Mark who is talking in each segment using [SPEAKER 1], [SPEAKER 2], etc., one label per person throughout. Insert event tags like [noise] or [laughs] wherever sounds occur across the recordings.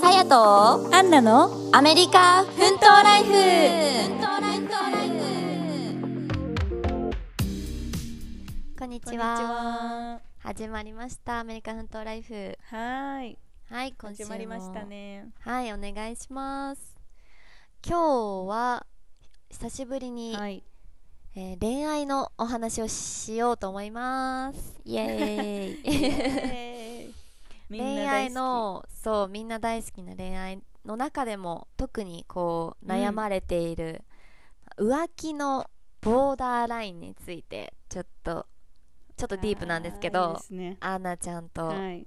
[SPEAKER 1] さやと
[SPEAKER 2] アンナの
[SPEAKER 1] アメリカ奮闘ライフこんにちは
[SPEAKER 2] は
[SPEAKER 1] 始まりましたアメリカ奮闘ライフ
[SPEAKER 2] ーい
[SPEAKER 1] はい今週
[SPEAKER 2] 始
[SPEAKER 1] も
[SPEAKER 2] まりましたね
[SPEAKER 1] はいお願いします今日は久しぶりに、
[SPEAKER 2] はい
[SPEAKER 1] えー恋愛のお話をしようと思いますイエ
[SPEAKER 2] イ [laughs]
[SPEAKER 1] ーイ
[SPEAKER 2] エーイみん
[SPEAKER 1] 恋
[SPEAKER 2] な大好
[SPEAKER 1] 愛
[SPEAKER 2] き
[SPEAKER 1] のそうみんな大好きな恋愛の中でも特にこう悩まれている、浮気のボーダーラインについてちょっとちょっとディープなんですけ
[SPEAKER 2] あーいい
[SPEAKER 1] ど
[SPEAKER 2] ですね
[SPEAKER 1] アンナちゃんと
[SPEAKER 2] はい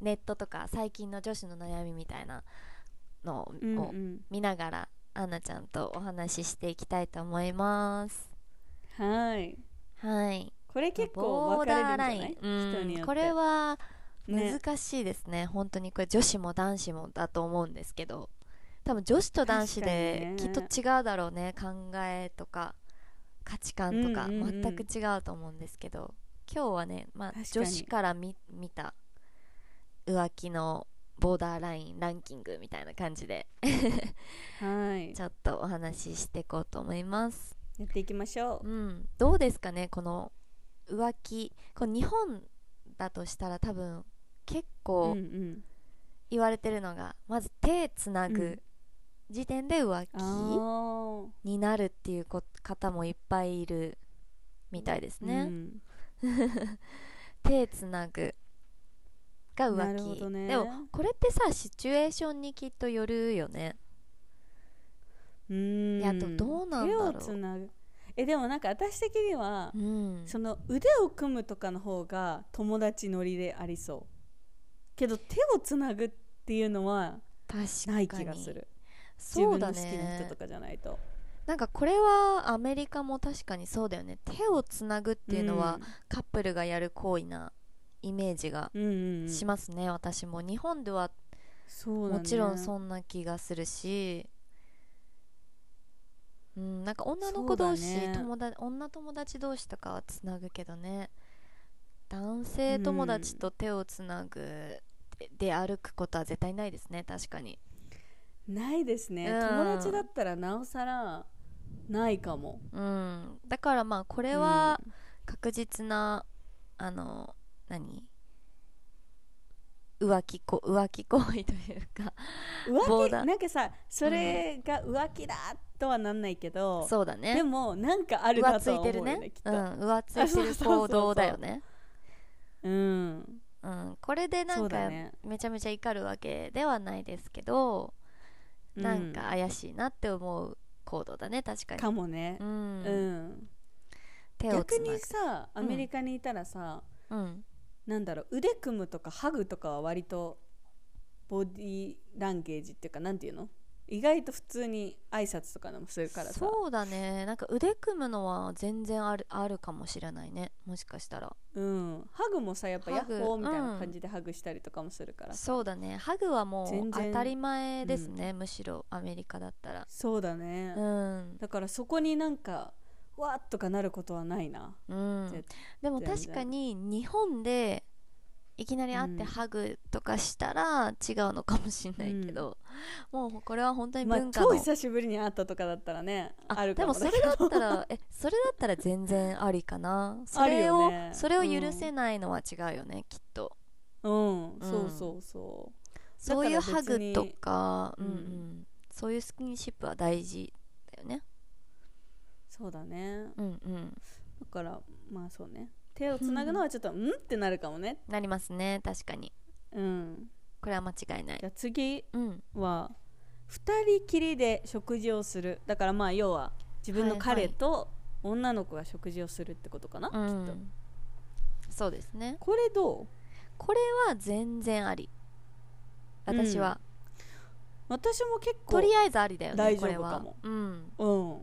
[SPEAKER 1] ネットとか最近の女子の悩みみたいなのを
[SPEAKER 2] うんうん
[SPEAKER 1] 見ながらアンナちゃんとお話ししていきたいと思います
[SPEAKER 2] はい
[SPEAKER 1] はい
[SPEAKER 2] これ結構分かれるんじゃない
[SPEAKER 1] うん
[SPEAKER 2] 人によって
[SPEAKER 1] これは
[SPEAKER 2] ね
[SPEAKER 1] 難しいですね本当にこれ女子も男子もだと思うんですけど多分女子と男子でき
[SPEAKER 2] 確か
[SPEAKER 1] っ
[SPEAKER 2] に
[SPEAKER 1] と
[SPEAKER 2] ね
[SPEAKER 1] 違うだろうね考えとか価値観とか
[SPEAKER 2] うんうんうん
[SPEAKER 1] 全く違うと思うんですけど、今日はね、まあ
[SPEAKER 2] 確か、に
[SPEAKER 1] 女子から見見た浮気のボーダーラインランキングみたいな感じ
[SPEAKER 2] [laughs]
[SPEAKER 1] で
[SPEAKER 2] はい
[SPEAKER 1] ちょっとお話ししていこうと思います。
[SPEAKER 2] やっていきましょう
[SPEAKER 1] うん、どうですかねこの浮気この日本だとしたら多分結
[SPEAKER 2] うん
[SPEAKER 1] 構
[SPEAKER 2] うん
[SPEAKER 1] 言われてるのが、まず手つな
[SPEAKER 2] う
[SPEAKER 1] ぐ
[SPEAKER 2] ん
[SPEAKER 1] 時点で浮
[SPEAKER 2] あ
[SPEAKER 1] 気
[SPEAKER 2] ー
[SPEAKER 1] になるっていうこ方もいっぱいいるみたいです
[SPEAKER 2] う
[SPEAKER 1] ね、
[SPEAKER 2] ん
[SPEAKER 1] 手つなぐが
[SPEAKER 2] な
[SPEAKER 1] 浮
[SPEAKER 2] るほど
[SPEAKER 1] 気、
[SPEAKER 2] ね
[SPEAKER 1] でもこれってさシチュエーションにきっとよるよね
[SPEAKER 2] うん
[SPEAKER 1] いやどどうなんだろう
[SPEAKER 2] 手をつなぐえでもなんか私的には
[SPEAKER 1] うん
[SPEAKER 2] その腕を組むとかの方が友達乗りでありそうけど手をつなぐっていうのは
[SPEAKER 1] 確かに
[SPEAKER 2] ない気がする
[SPEAKER 1] そうだね
[SPEAKER 2] 自分の好きな人とかじゃないとっ
[SPEAKER 1] なんかこれはアメリカも確かにそうだよね手をつなぐっていうのは、カップルがやる行為なイメージが
[SPEAKER 2] うんうんうん、
[SPEAKER 1] しますね、私も日本では
[SPEAKER 2] そうだね
[SPEAKER 1] もちろんそんな気がするしう、ん、なんか女の子同士、
[SPEAKER 2] そうだ
[SPEAKER 1] 友達
[SPEAKER 2] ね
[SPEAKER 1] 女友達同士とかはつなぐけどね男性友達と手をつなぐで,、歩くことは絶対ないですね確かに
[SPEAKER 2] ないですね、
[SPEAKER 1] うん
[SPEAKER 2] 友達だったらなおさらないかも
[SPEAKER 1] うんだからまあこれは確実な、あの何浮気こ浮気行為というか
[SPEAKER 2] うん浮
[SPEAKER 1] ボ
[SPEAKER 2] 気
[SPEAKER 1] ーダー
[SPEAKER 2] なんかさそれが浮気だとはなんないけど、
[SPEAKER 1] そうだ
[SPEAKER 2] で
[SPEAKER 1] ね
[SPEAKER 2] もなんかあるな
[SPEAKER 1] 浮
[SPEAKER 2] と
[SPEAKER 1] つ
[SPEAKER 2] はい思
[SPEAKER 1] て
[SPEAKER 2] う
[SPEAKER 1] る
[SPEAKER 2] よ
[SPEAKER 1] ね
[SPEAKER 2] ねきっ
[SPEAKER 1] う
[SPEAKER 2] と、
[SPEAKER 1] ん浮ついてる行動だよね
[SPEAKER 2] うん、
[SPEAKER 1] うんこれでな
[SPEAKER 2] そ
[SPEAKER 1] ん
[SPEAKER 2] うだ
[SPEAKER 1] か
[SPEAKER 2] ね
[SPEAKER 1] めちゃめちゃ怒るわけではないですけど、なんか怪しいなって思う行動だね確か
[SPEAKER 2] うん
[SPEAKER 1] に
[SPEAKER 2] かもね
[SPEAKER 1] う、、
[SPEAKER 2] うんん、
[SPEAKER 1] 手を
[SPEAKER 2] 逆
[SPEAKER 1] つなぐ
[SPEAKER 2] にさアメリカにいたらさ、
[SPEAKER 1] うん
[SPEAKER 2] なんだろう腕組むとかハグとかは割とボディランゲージっていうかなんていうの意外と普通に挨拶とかでもするからさ
[SPEAKER 1] そうだねなんか腕組むのは全然あるあるかもしれないねもしかしたら
[SPEAKER 2] う、ん、ハグもさやっぱヤ
[SPEAKER 1] ハグ
[SPEAKER 2] ッホーみたいな
[SPEAKER 1] うん
[SPEAKER 2] 感じでハグしたりとかもするからさ、
[SPEAKER 1] そうだねハグはもう
[SPEAKER 2] 全
[SPEAKER 1] 当
[SPEAKER 2] 然
[SPEAKER 1] たり前ですね、むしろアメリカだったら
[SPEAKER 2] そうだね、
[SPEAKER 1] うん、
[SPEAKER 2] だからそこになんかわーっとかなることはないな
[SPEAKER 1] うん
[SPEAKER 2] 絶、
[SPEAKER 1] でも
[SPEAKER 2] 全然
[SPEAKER 1] 確かに日本でいきなり会って
[SPEAKER 2] うん
[SPEAKER 1] ハグとかしたら違うのかもしれないけど、もうこれは本当に
[SPEAKER 2] まあ
[SPEAKER 1] 文化の、
[SPEAKER 2] 超久しぶりに会ったとかだったらねある
[SPEAKER 1] で
[SPEAKER 2] か
[SPEAKER 1] も
[SPEAKER 2] も
[SPEAKER 1] それ
[SPEAKER 2] け
[SPEAKER 1] だ
[SPEAKER 2] ど
[SPEAKER 1] った
[SPEAKER 2] [laughs]
[SPEAKER 1] らえそれだったら全然ありかなそ
[SPEAKER 2] ある
[SPEAKER 1] れ
[SPEAKER 2] よ
[SPEAKER 1] を、
[SPEAKER 2] ね
[SPEAKER 1] それを許せないのは違うよね、きっと
[SPEAKER 2] うん、そうそうそう
[SPEAKER 1] そういうハグと
[SPEAKER 2] だから別に
[SPEAKER 1] か、うんう
[SPEAKER 2] うん
[SPEAKER 1] ん、そういうスキンシップは大事だよね
[SPEAKER 2] そうだね
[SPEAKER 1] うんうん
[SPEAKER 2] だからまあそうね手をつなぐのはちょっとうんってなるかもね
[SPEAKER 1] なりますね確かに
[SPEAKER 2] うん
[SPEAKER 1] これは間違いない
[SPEAKER 2] じゃあ次
[SPEAKER 1] うん
[SPEAKER 2] は2人きりで食事をするだからまあ要は自分の
[SPEAKER 1] はい
[SPEAKER 2] 彼
[SPEAKER 1] はい
[SPEAKER 2] と女の子が食事をするってことかな、
[SPEAKER 1] う
[SPEAKER 2] きっと
[SPEAKER 1] んそうですね
[SPEAKER 2] これどう
[SPEAKER 1] これは全然あり
[SPEAKER 2] うん
[SPEAKER 1] 私は、
[SPEAKER 2] 私も結構
[SPEAKER 1] とりあえずありだよね
[SPEAKER 2] 大
[SPEAKER 1] こ
[SPEAKER 2] 丈
[SPEAKER 1] れ
[SPEAKER 2] 夫か
[SPEAKER 1] は
[SPEAKER 2] も
[SPEAKER 1] うん
[SPEAKER 2] うん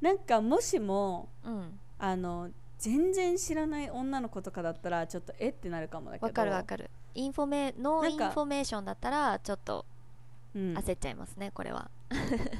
[SPEAKER 2] なんかもしも
[SPEAKER 1] うん
[SPEAKER 2] あの全然知らない女の子とかだったらちょっとえってなるかもだけど
[SPEAKER 1] わかるわかるインフォメノー
[SPEAKER 2] な
[SPEAKER 1] イ
[SPEAKER 2] ん
[SPEAKER 1] ン
[SPEAKER 2] か
[SPEAKER 1] フォメーションだったらちょっと
[SPEAKER 2] うん、
[SPEAKER 1] 焦っちゃいますね、これは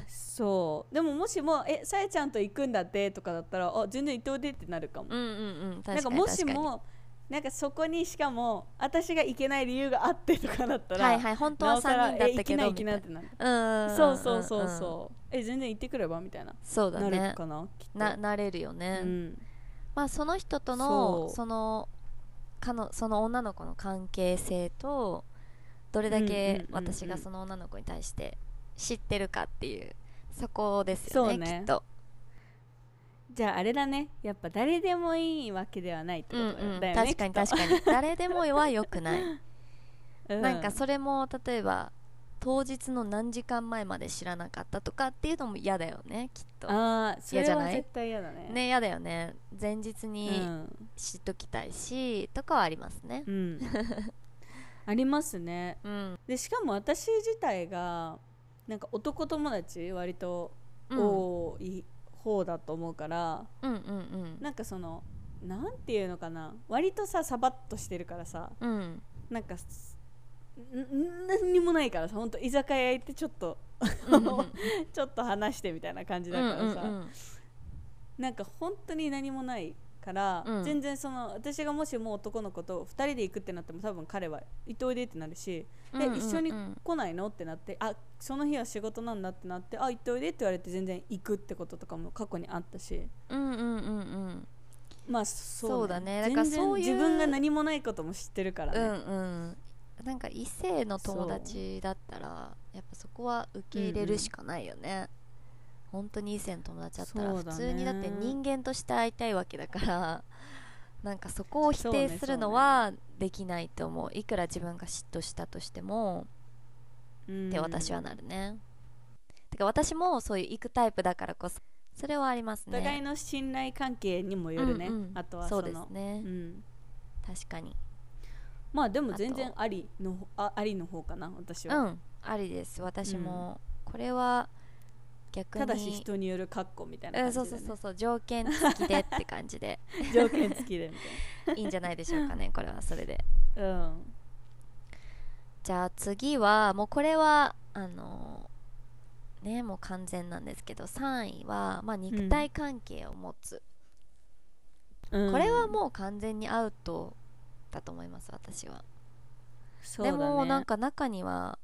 [SPEAKER 2] そうでももしも「えさえちゃんと行くんだって」とかだったら「あ全然行っておいで」ってなるかも
[SPEAKER 1] うんうんうん確か
[SPEAKER 2] なん
[SPEAKER 1] に
[SPEAKER 2] かもし
[SPEAKER 1] 確かに
[SPEAKER 2] もなんかそこにしかも私が行けない理由があってとかだったら、
[SPEAKER 1] はいはい本当
[SPEAKER 2] な
[SPEAKER 1] は
[SPEAKER 2] おさら
[SPEAKER 1] 3人だった
[SPEAKER 2] え行
[SPEAKER 1] け
[SPEAKER 2] けない
[SPEAKER 1] ど
[SPEAKER 2] 行け
[SPEAKER 1] み
[SPEAKER 2] な
[SPEAKER 1] た
[SPEAKER 2] い
[SPEAKER 1] い
[SPEAKER 2] ってなる、
[SPEAKER 1] なうん
[SPEAKER 2] そうそうそう
[SPEAKER 1] うん
[SPEAKER 2] そう、え全然行ってくればみたいな、
[SPEAKER 1] そうだ
[SPEAKER 2] なる
[SPEAKER 1] ね
[SPEAKER 2] かなきっと
[SPEAKER 1] ななれるよね、
[SPEAKER 2] うん、
[SPEAKER 1] まあその人との
[SPEAKER 2] そう
[SPEAKER 1] そのかのその女の子の関係性とどれだけ
[SPEAKER 2] うんうんうんうん
[SPEAKER 1] 私がその女の子に対して知ってるかっていうそこですよ
[SPEAKER 2] そ
[SPEAKER 1] ね
[SPEAKER 2] うね
[SPEAKER 1] きっと
[SPEAKER 2] じゃああれだねやっぱ誰でもいいわけではないって
[SPEAKER 1] うん
[SPEAKER 2] こ
[SPEAKER 1] う
[SPEAKER 2] とだよね、
[SPEAKER 1] ん確かに確かに誰でもは良くない、
[SPEAKER 2] [laughs] に、う
[SPEAKER 1] なんかそれも例えば当日の何時間前まで知らなかったとかっていうのも嫌だよねきっと
[SPEAKER 2] ああそれ
[SPEAKER 1] 嫌じゃ
[SPEAKER 2] は
[SPEAKER 1] ない
[SPEAKER 2] 絶対嫌だね
[SPEAKER 1] ね嫌だよね前日
[SPEAKER 2] う
[SPEAKER 1] に
[SPEAKER 2] ん、
[SPEAKER 1] 知っときたいし、とかはありますね
[SPEAKER 2] うん
[SPEAKER 1] [laughs]
[SPEAKER 2] ありますね
[SPEAKER 1] うん、
[SPEAKER 2] でしかも私自体がなんか男友達割と
[SPEAKER 1] うん、うん
[SPEAKER 2] 多い方だと思うから、
[SPEAKER 1] うんうん
[SPEAKER 2] なんかそのなんていうのかな割とさサバッとしてるからさ
[SPEAKER 1] うん
[SPEAKER 2] なんかすんん何にもないからさほんと居酒屋行ってちょっと [laughs]
[SPEAKER 1] うんうん
[SPEAKER 2] ちょっと話してみたいな感じだからさ、
[SPEAKER 1] うんうん
[SPEAKER 2] なんか本当に何もないから、
[SPEAKER 1] うん
[SPEAKER 2] 全然その私がもしもう男の子と2人で行くってなっても多分彼は「行っておいで」ってなるし「
[SPEAKER 1] うん
[SPEAKER 2] で
[SPEAKER 1] うんうん
[SPEAKER 2] 一緒に来ないの?」ってなって「あその日は仕事なんだ」ってなって「あ行っておいで」って言われて全然行くってこととかも過去にあったし
[SPEAKER 1] うんうんうんうん
[SPEAKER 2] まあそう,、
[SPEAKER 1] そうだねだからそういう
[SPEAKER 2] 全然自分が何もないことも知ってるから
[SPEAKER 1] う
[SPEAKER 2] ね、
[SPEAKER 1] んうんなんか異性の友達だったらやっぱそこは受け入れるしかないよね、本当に異性の友達だったら
[SPEAKER 2] そう
[SPEAKER 1] 普
[SPEAKER 2] だね
[SPEAKER 1] 通にだって人間として会いたいわけだからなんかそこを否
[SPEAKER 2] そうね
[SPEAKER 1] 定するのはできないと思ういくら自分が嫉妬したとしても
[SPEAKER 2] うん
[SPEAKER 1] って私はなるね、てか私もそういう行くタイプだからこそそれはあります
[SPEAKER 2] お
[SPEAKER 1] ね
[SPEAKER 2] 互いの信頼関係にもよるね、
[SPEAKER 1] うんうん
[SPEAKER 2] あとは
[SPEAKER 1] そ
[SPEAKER 2] そう
[SPEAKER 1] です
[SPEAKER 2] の
[SPEAKER 1] ね、
[SPEAKER 2] うん
[SPEAKER 1] 確かに
[SPEAKER 2] まあでも全
[SPEAKER 1] あ
[SPEAKER 2] 然ありのあありの方かな私は、
[SPEAKER 1] うんありです私も、これは逆に
[SPEAKER 2] ただし人による格好みたいな
[SPEAKER 1] う
[SPEAKER 2] 感
[SPEAKER 1] ん
[SPEAKER 2] じで、
[SPEAKER 1] そうそ
[SPEAKER 2] ね
[SPEAKER 1] うそうそう条件付きでって感じ
[SPEAKER 2] [laughs]
[SPEAKER 1] で
[SPEAKER 2] 条件付きでみ
[SPEAKER 1] いいんじゃないでしょうかねこれはそれで
[SPEAKER 2] たいな。うん。
[SPEAKER 1] じゃあ次はもうこれはあのねもう完全なんですけど3位は、まあ、肉体関係を持つ、
[SPEAKER 2] うん
[SPEAKER 1] これはもう完全にアウトだと思います私は、
[SPEAKER 2] そう
[SPEAKER 1] で
[SPEAKER 2] だ、ね、
[SPEAKER 1] もなんか中には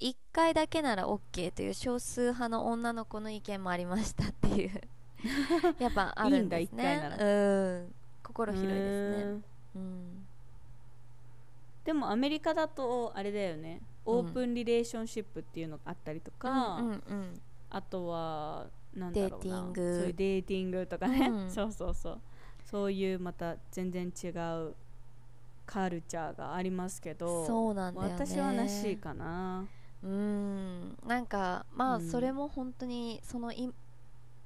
[SPEAKER 1] 1回だけなら OK という少数派の女の子の意見もありましたっていう [laughs] やっぱあるんですね
[SPEAKER 2] いいんだ一回なら
[SPEAKER 1] うん心広いです
[SPEAKER 2] う
[SPEAKER 1] ね
[SPEAKER 2] ん
[SPEAKER 1] うん
[SPEAKER 2] でもアメリカだとあれだよね。
[SPEAKER 1] うん
[SPEAKER 2] オープンリレーションシップっていうのがあったりとか、
[SPEAKER 1] うんうん
[SPEAKER 2] あとはなんだろうな
[SPEAKER 1] デーティング
[SPEAKER 2] そういうデーティングとかね、
[SPEAKER 1] うん
[SPEAKER 2] [laughs] そうそうそうそういうまた全然違うカルチャーがありますけ
[SPEAKER 1] う
[SPEAKER 2] ど
[SPEAKER 1] んそうなんだよね
[SPEAKER 2] 私はなしかな
[SPEAKER 1] うんなんかま
[SPEAKER 2] う
[SPEAKER 1] あ
[SPEAKER 2] ん
[SPEAKER 1] それも本当にそのい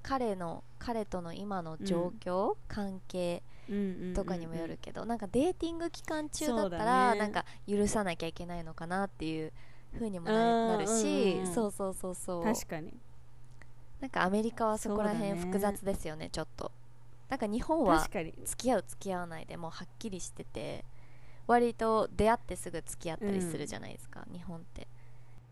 [SPEAKER 1] 彼の彼との今の状況、関係
[SPEAKER 2] うんうんうん
[SPEAKER 1] とかにもよるけど、なんかデーティング期間中だ
[SPEAKER 2] そ
[SPEAKER 1] っ
[SPEAKER 2] うだ
[SPEAKER 1] た
[SPEAKER 2] ね
[SPEAKER 1] ら、なんか許さなきゃいけないのかなっていう風にもな
[SPEAKER 2] あ
[SPEAKER 1] な
[SPEAKER 2] ー
[SPEAKER 1] るし、
[SPEAKER 2] うんうんうん
[SPEAKER 1] そうそうそうそう
[SPEAKER 2] 確かに
[SPEAKER 1] なんかアメリカはそこら
[SPEAKER 2] そうだ
[SPEAKER 1] 辺
[SPEAKER 2] ね
[SPEAKER 1] 複雑ですよねちょっとなんか日本は
[SPEAKER 2] 確かに
[SPEAKER 1] 付き合う付き合わないでもうはっきりしてて割と出会ってすぐ付き合ったりするじゃないですか、日本って、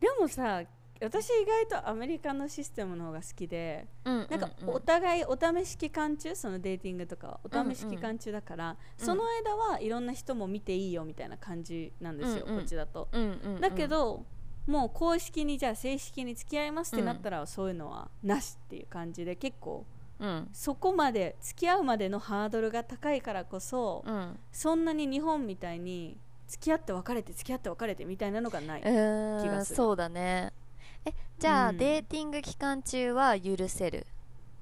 [SPEAKER 2] でもさ私意外とアメリカのシステムの方が好きで
[SPEAKER 1] うん
[SPEAKER 2] なんかお互いお試し期間中そのデーティングとかはお試し期間中だから、
[SPEAKER 1] うん
[SPEAKER 2] その間はいろんな人も見ていいよみたいな感じなんですよ、
[SPEAKER 1] うんうん
[SPEAKER 2] こっちだと、
[SPEAKER 1] うんうんうん
[SPEAKER 2] だけどもう公式にじゃあ正式に付き合いますってなったらそういうのはなしっていう感じで結構
[SPEAKER 1] うん
[SPEAKER 2] そこまで付き合うまでのハードルが高いからこそ、
[SPEAKER 1] うん
[SPEAKER 2] そんなに日本みたいに付き合って別れて付き合って別れてみたいなのがない、
[SPEAKER 1] うーん
[SPEAKER 2] 気がする
[SPEAKER 1] そうだねえじゃあ、
[SPEAKER 2] うん
[SPEAKER 1] デーティング期間中は許せる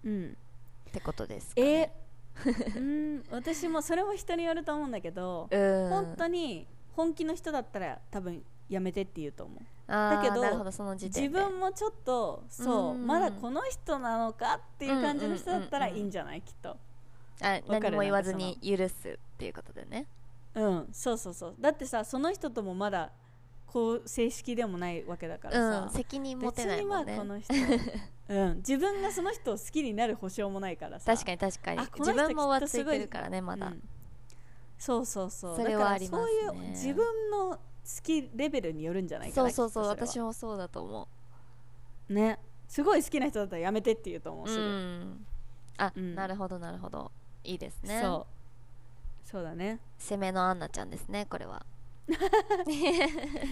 [SPEAKER 2] うん、
[SPEAKER 1] ってことですか、
[SPEAKER 2] え
[SPEAKER 1] ね、
[SPEAKER 2] うん私もそれも人によると思うんだけど、
[SPEAKER 1] えうん
[SPEAKER 2] 本当に本気の人だったら多分やめてって言うと思う
[SPEAKER 1] だ
[SPEAKER 2] だけど
[SPEAKER 1] なるほどその時
[SPEAKER 2] 自
[SPEAKER 1] 点で
[SPEAKER 2] 分もちょっとそ
[SPEAKER 1] う
[SPEAKER 2] う、
[SPEAKER 1] ん
[SPEAKER 2] まだこの人なのかっていう感じの人だったら
[SPEAKER 1] うんうんうんうん
[SPEAKER 2] いいんじゃないきっと
[SPEAKER 1] あ
[SPEAKER 2] かる
[SPEAKER 1] 何も言わずに許すっていうことでね
[SPEAKER 2] うんそうそうそうだってさその人ともまだこう正式でもないわけだから
[SPEAKER 1] うん
[SPEAKER 2] さ、
[SPEAKER 1] 責任持
[SPEAKER 2] 別
[SPEAKER 1] てない
[SPEAKER 2] にま
[SPEAKER 1] も
[SPEAKER 2] あ
[SPEAKER 1] んね
[SPEAKER 2] この人、
[SPEAKER 1] [laughs]
[SPEAKER 2] うん、自分がその人を好きになる保証もないからさ
[SPEAKER 1] 確かに確かに
[SPEAKER 2] あこの
[SPEAKER 1] 自
[SPEAKER 2] 人
[SPEAKER 1] 分もわ
[SPEAKER 2] きっと
[SPEAKER 1] つい
[SPEAKER 2] すごい
[SPEAKER 1] てるからねまだ、
[SPEAKER 2] うんそうそうそう
[SPEAKER 1] それはあり
[SPEAKER 2] だか
[SPEAKER 1] ま
[SPEAKER 2] ら
[SPEAKER 1] すね
[SPEAKER 2] そういう自分の好きレベルによるんじゃないか
[SPEAKER 1] そ
[SPEAKER 2] な
[SPEAKER 1] うそうそう
[SPEAKER 2] きっと
[SPEAKER 1] 私
[SPEAKER 2] れは
[SPEAKER 1] もそうだと思
[SPEAKER 2] ねすごい好きな人だったらやめてって言うと思う
[SPEAKER 1] うう
[SPEAKER 2] すぐ、
[SPEAKER 1] んあ、
[SPEAKER 2] うん
[SPEAKER 1] なるほどなるほどいいですね
[SPEAKER 2] そうそうだね
[SPEAKER 1] 攻めのアンナちゃんですねこれは、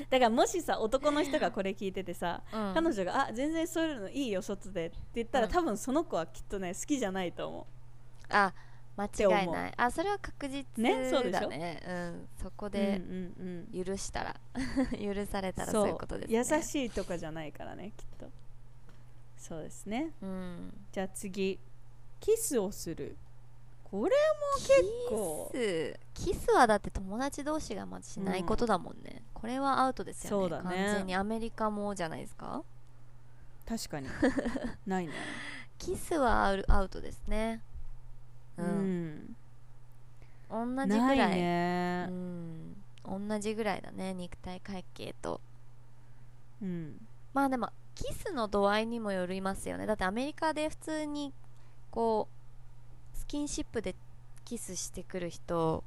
[SPEAKER 2] だからもしさ男の人がこれ聞いててさ
[SPEAKER 1] うん
[SPEAKER 2] 彼女が「あ全然そういうのいいよ外で」って言ったら、
[SPEAKER 1] うん
[SPEAKER 2] 多分その子はきっとね好きじゃないと思
[SPEAKER 1] あ間違い
[SPEAKER 2] って思
[SPEAKER 1] な
[SPEAKER 2] う
[SPEAKER 1] いあそれは確実だね
[SPEAKER 2] ねそうでしょ
[SPEAKER 1] うん、そこ
[SPEAKER 2] う
[SPEAKER 1] で
[SPEAKER 2] うんうんうん、
[SPEAKER 1] 許したら [laughs] 許されたらそういうことですね
[SPEAKER 2] 優しいとかじゃないからねきっとそうですね
[SPEAKER 1] うん、
[SPEAKER 2] じゃあ次キスをするこれも
[SPEAKER 1] キ
[SPEAKER 2] 結構
[SPEAKER 1] スキスはだって友達同士がまずしないことだもんね、これはアウトですよね
[SPEAKER 2] そうだね
[SPEAKER 1] 完全にアメリカもじゃないですか
[SPEAKER 2] 確
[SPEAKER 1] [laughs]
[SPEAKER 2] かにないね
[SPEAKER 1] キスはアウアウトですねうん、同じぐ
[SPEAKER 2] な
[SPEAKER 1] ら
[SPEAKER 2] い
[SPEAKER 1] い
[SPEAKER 2] ね
[SPEAKER 1] うん、同じぐらいだね肉体会計と
[SPEAKER 2] うん
[SPEAKER 1] まあでもキスの度合いにもよりますよねだってアメリカで普通にこうスキンシップでキスしてくる人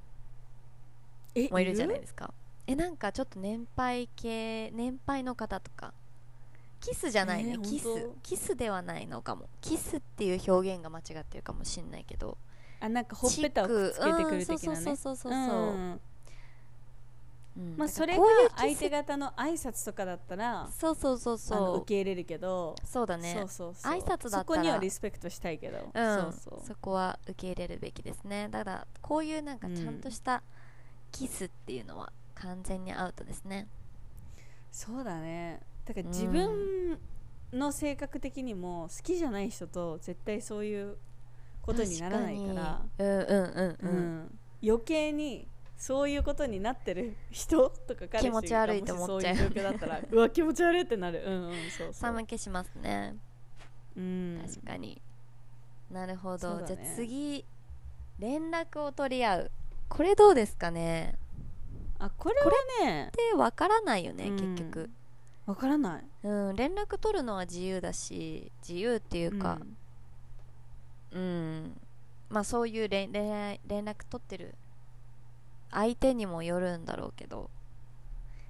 [SPEAKER 2] え
[SPEAKER 1] もいるじゃないですかえなんかちょっと年配系年配の方とかキスじゃないね、
[SPEAKER 2] えー
[SPEAKER 1] キス
[SPEAKER 2] 本当
[SPEAKER 1] キスではないのかもキスっていう表現が間違ってるかもしんないけど
[SPEAKER 2] あなんかほっぺたをくっつけてくる的な
[SPEAKER 1] チックう
[SPEAKER 2] ね
[SPEAKER 1] んそうそうそうそうそう、
[SPEAKER 2] うん
[SPEAKER 1] うん
[SPEAKER 2] ま
[SPEAKER 1] だ
[SPEAKER 2] あそ
[SPEAKER 1] から
[SPEAKER 2] れが
[SPEAKER 1] こういうキス
[SPEAKER 2] 相手方の挨拶とかだったら
[SPEAKER 1] そうそうそう
[SPEAKER 2] あの
[SPEAKER 1] そ
[SPEAKER 2] 受け入れるけど
[SPEAKER 1] うそうだね
[SPEAKER 2] そうそうそう
[SPEAKER 1] 挨拶だったら
[SPEAKER 2] そこにはリスペクトしたいけど、
[SPEAKER 1] うん、
[SPEAKER 2] そうそう
[SPEAKER 1] こは受け入れるべきですねただこういうなんか
[SPEAKER 2] うん
[SPEAKER 1] ちゃんとしたキスっていうのは完全にアウトですね
[SPEAKER 2] そうだねだから
[SPEAKER 1] うん
[SPEAKER 2] 自分の性格的にも好きじゃない人と絶対そういうことにならないから
[SPEAKER 1] 確かにうんうんうん
[SPEAKER 2] う
[SPEAKER 1] うん、
[SPEAKER 2] ん、余計にそういうことになってる人とか彼氏
[SPEAKER 1] 気持ち悪いと
[SPEAKER 2] がもし
[SPEAKER 1] 思っちゃう
[SPEAKER 2] そういう状況だっ
[SPEAKER 1] [laughs]
[SPEAKER 2] たらうわ気持ち悪いってなるうんうんそうそう
[SPEAKER 1] 寒気しますね
[SPEAKER 2] うん
[SPEAKER 1] 確かに、なるほ
[SPEAKER 2] そ
[SPEAKER 1] ど、
[SPEAKER 2] うだ
[SPEAKER 1] じ
[SPEAKER 2] ね
[SPEAKER 1] ゃあ次連絡を取り合うこれどうですかね
[SPEAKER 2] あこれはね
[SPEAKER 1] でわからないよね、
[SPEAKER 2] うん
[SPEAKER 1] 結局、
[SPEAKER 2] わからない
[SPEAKER 1] うん、連絡取るのは自由だし自由っていうか、
[SPEAKER 2] ん
[SPEAKER 1] うんまあそういうれん恋愛連絡取ってる相手にもよるんだろうけど